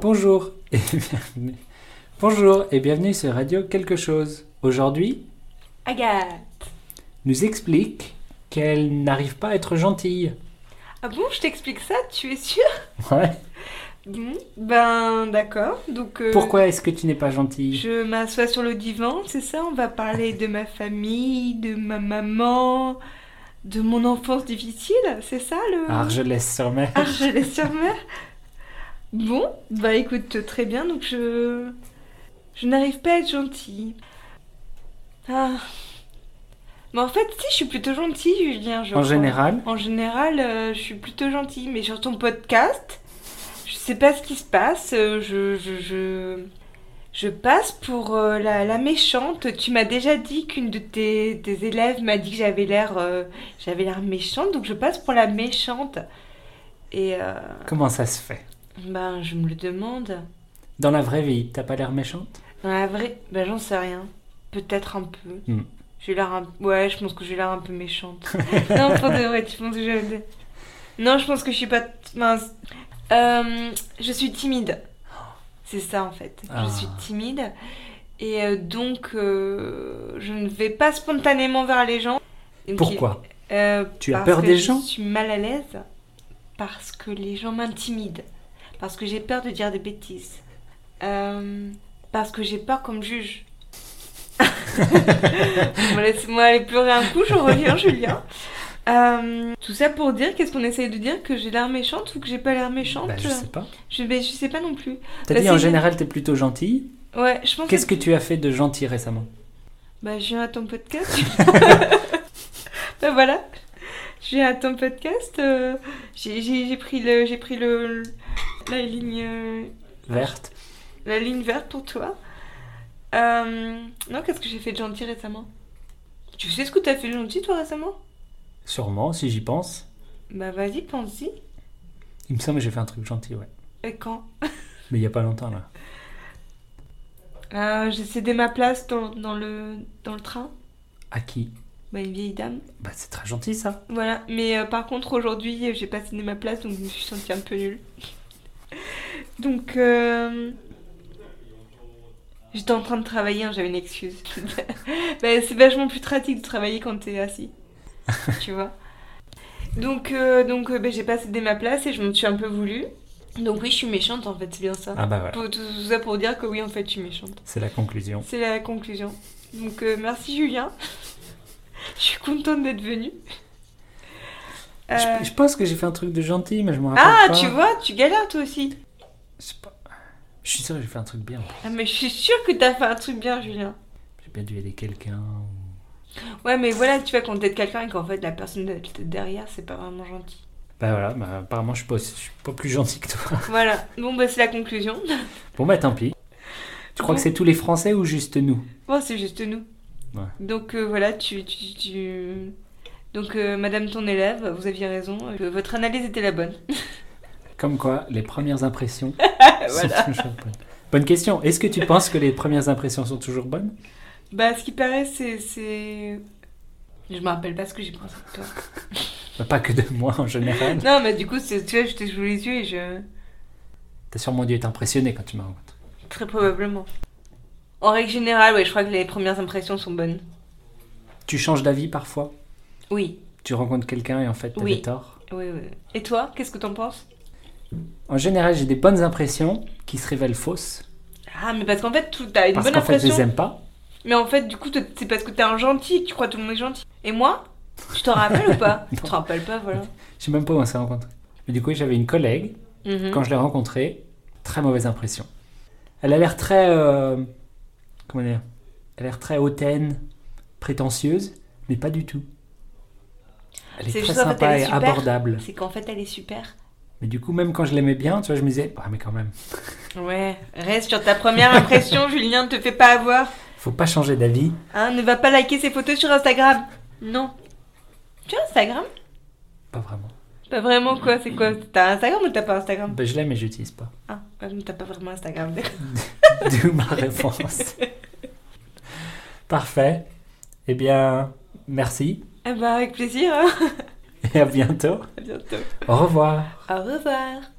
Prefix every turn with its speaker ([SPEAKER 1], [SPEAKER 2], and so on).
[SPEAKER 1] Bonjour et bienvenue. Bonjour et bienvenue sur Radio Quelque chose. Aujourd'hui,
[SPEAKER 2] Agathe
[SPEAKER 1] nous explique qu'elle n'arrive pas à être gentille.
[SPEAKER 2] Ah bon, je t'explique ça, tu es sûre
[SPEAKER 1] Ouais.
[SPEAKER 2] Bon, ben d'accord. Donc euh,
[SPEAKER 1] Pourquoi est-ce que tu n'es pas gentille
[SPEAKER 2] Je m'assois sur le divan, c'est ça, on va parler de ma famille, de ma maman, de mon enfance difficile, c'est ça le
[SPEAKER 1] Ah, Argelès-sur-Mer.
[SPEAKER 2] Argelès-sur-Mer Bon, bah écoute, très bien, donc je. Je n'arrive pas à être gentille. Ah. Mais en fait, si, je suis plutôt gentille, Julien. je
[SPEAKER 1] En
[SPEAKER 2] crois.
[SPEAKER 1] général,
[SPEAKER 2] En général, euh, je suis plutôt gentille, mais sur ton podcast, je sais pas ce qui se passe. euh, je, je, je, je passe pour euh, la, la méchante. Tu m'as déjà dit qu'une de tes, tes élèves m'a dit que j'avais l'air, euh, j'avais l'air méchante, donc je passe pour la méchante. Et euh,
[SPEAKER 1] comment ça se fait
[SPEAKER 2] ben, je me le demande.
[SPEAKER 1] Dans la vraie vie, t'as pas l'air méchante
[SPEAKER 2] Dans la vraie, ben j'en sais rien. Peut-être un peu.
[SPEAKER 1] Hmm.
[SPEAKER 2] J'ai l'air un... Ouais, je pense que j'ai l'air un peu méchante. non, pour de vrai, tu penses que j'ai... Non, je pense que je suis pas... Mince. Euh, je suis timide. C'est ça, en fait.
[SPEAKER 1] Ah.
[SPEAKER 2] Je suis timide. Et euh, donc, euh, je ne vais pas spontanément vers les gens. Donc,
[SPEAKER 1] Pourquoi
[SPEAKER 2] il- euh,
[SPEAKER 1] Tu as
[SPEAKER 2] parce
[SPEAKER 1] peur
[SPEAKER 2] que
[SPEAKER 1] des
[SPEAKER 2] je
[SPEAKER 1] gens
[SPEAKER 2] Je suis mal à l'aise parce que les gens m'intimident. Parce que j'ai peur de dire des bêtises. Euh, parce que j'ai peur qu'on me juge. Bon, Laisse-moi aller pleurer un coup, je reviens, Julien. Euh, tout ça pour dire, qu'est-ce qu'on essaye de dire Que j'ai l'air méchante ou que j'ai pas l'air méchante
[SPEAKER 1] Bah, je sais pas.
[SPEAKER 2] je, ben, je sais pas non plus.
[SPEAKER 1] T'as
[SPEAKER 2] Bah,
[SPEAKER 1] dit
[SPEAKER 2] c'est
[SPEAKER 1] en
[SPEAKER 2] une-
[SPEAKER 1] général, t'es plutôt gentille.
[SPEAKER 2] Ouais, je pense que...
[SPEAKER 1] Qu'est-ce que tu as fait de gentil récemment
[SPEAKER 2] Bah, je viens à ton podcast. bah voilà. Je viens à ton podcast. euh, j'ai- J'ai j'ai pris le... J'ai pris le... La ligne... euh,
[SPEAKER 1] Verte
[SPEAKER 2] La ligne verte pour toi. Euh, non, qu'est-ce que j'ai fait de gentil récemment Tu sais ce que t'as fait de gentil, toi, récemment
[SPEAKER 1] Sûrement, si j'y pense.
[SPEAKER 2] Bah vas-y, pense-y.
[SPEAKER 1] Il me semble que j'ai fait un truc gentil, ouais.
[SPEAKER 2] Et quand
[SPEAKER 1] Mais il y a pas longtemps, là.
[SPEAKER 2] Euh, J'ai cédé ma place dans, dans le, dans le train.
[SPEAKER 1] À qui
[SPEAKER 2] Bah, une vieille dame.
[SPEAKER 1] Bah, c'est très gentil, ça.
[SPEAKER 2] Voilà. Mais euh, par contre, aujourd'hui, euh, j'ai pas cédé ma place, donc je me suis sentie un peu nulle. donc, euh, j'étais en train de travailler, hein, j'avais une excuse. bah, c'est vachement plus pratique de travailler quand t'es assis. tu vois. Donc, euh, donc euh, bah, j'ai pas cédé ma place et je m'en suis un peu voulu. Donc, oui, je suis méchante en fait, c'est bien ça.
[SPEAKER 1] Ah, bah voilà.
[SPEAKER 2] Pour- tout ça pour dire que oui, en fait, je suis méchante.
[SPEAKER 1] C'est la conclusion.
[SPEAKER 2] C'est la conclusion. Donc euh, merci Julien. je suis contente d'être venue. Euh,
[SPEAKER 1] Je, je pense que j'ai fait un truc de gentil, mais je me rappelle
[SPEAKER 2] Ah,
[SPEAKER 1] pas.
[SPEAKER 2] tu vois, tu galères toi aussi.
[SPEAKER 1] Je sais pas. Je suis sûr que j'ai fait un truc bien.
[SPEAKER 2] Ah, mais je suis sûre que t'as fait un truc bien, Julien.
[SPEAKER 1] J'ai bien dû aider quelqu'un. ou-
[SPEAKER 2] Ouais, mais voilà, tu vas quand t'aides quelqu'un et qu'en fait la personne de- derrière, c'est pas vraiment gentil.
[SPEAKER 1] Bah voilà, bah, apparemment je suis, pas, je suis pas plus gentil que toi.
[SPEAKER 2] Voilà, bon, bah c'est la conclusion.
[SPEAKER 1] Bon bah tant pis. Tu crois
[SPEAKER 2] Bon.
[SPEAKER 1] que c'est tous les Français ou juste nous
[SPEAKER 2] Bon, c'est juste nous.
[SPEAKER 1] Ouais.
[SPEAKER 2] Donc euh, voilà, tu. tu, tu- Donc, euh, madame ton élève, vous aviez raison, euh, votre analyse était la bonne.
[SPEAKER 1] Comme quoi, les premières impressions sont
[SPEAKER 2] Voilà.
[SPEAKER 1] toujours bonnes. Bonne question. Est-ce que tu penses que les premières impressions sont toujours bonnes
[SPEAKER 2] Bah, ce qui paraît, c'est. c'est- Je me rappelle pas ce que j'ai pensé de toi.
[SPEAKER 1] Bah, Pas que de moi en général.
[SPEAKER 2] Non, mais du coup, c'est- tu vois, je te joue les yeux et je.
[SPEAKER 1] T'as sûrement dû être impressionné quand tu m'as rencontré.
[SPEAKER 2] Très probablement. En règle générale, ouais, je crois que les premières impressions sont bonnes.
[SPEAKER 1] Tu changes d'avis parfois
[SPEAKER 2] Oui,
[SPEAKER 1] Tu rencontres quelqu'un et en fait t'avais
[SPEAKER 2] Oui.
[SPEAKER 1] tort
[SPEAKER 2] oui, oui. Et toi, qu'est-ce que t'en penses
[SPEAKER 1] En général, j'ai des bonnes impressions qui se révèlent fausses.
[SPEAKER 2] Ah, mais parce qu'en fait, tu- t'as une
[SPEAKER 1] Parce
[SPEAKER 2] bonne
[SPEAKER 1] qu'en fait, je les
[SPEAKER 2] impression.
[SPEAKER 1] aime pas.
[SPEAKER 2] mais en fait, du coup, t'es- c'est parce que t'es un gentil, que tu crois que tout le monde est gentil. Et moi Tu t'en rappelles ou pas Tu te rappelles pas, voilà.
[SPEAKER 1] Je sais même pas où on s'est rencontrés. Mais du coup, j'avais une collègue
[SPEAKER 2] Mhm.
[SPEAKER 1] quand je l'ai rencontrée, très mauvaise impression. Elle a l'air très. euh, comment dire Elle a l'air très hautaine, prétentieuse, mais pas du tout. Elle est,
[SPEAKER 2] C'est
[SPEAKER 1] très
[SPEAKER 2] juste, en fait,
[SPEAKER 1] sympa
[SPEAKER 2] elle est
[SPEAKER 1] et
[SPEAKER 2] super.
[SPEAKER 1] abordable.
[SPEAKER 2] C'est qu'en fait, elle est super.
[SPEAKER 1] Mais du coup, même quand je l'aimais bien, tu vois, je me disais, ah, mais quand même,
[SPEAKER 2] Ouais, reste sur ta première impression, Julien, ne te fais pas avoir.
[SPEAKER 1] faut pas changer d'avis.
[SPEAKER 2] Hein, ne va pas liker ses photos sur Instagram. Non. Tu as Instagram
[SPEAKER 1] Pas vraiment.
[SPEAKER 2] Pas vraiment quoi, c'est quoi T'as Instagram ou t'as pas Instagram
[SPEAKER 1] Ben, je l'aime, mais je l'utilise pas.
[SPEAKER 2] Ah, ouais, mais t'as pas vraiment Instagram.
[SPEAKER 1] D'où ma réponse. Parfait. Eh bien, merci
[SPEAKER 2] eh bah avec ben, plaisir, hein.
[SPEAKER 1] et à bientôt.
[SPEAKER 2] à bientôt.
[SPEAKER 1] Au revoir.
[SPEAKER 2] Au revoir.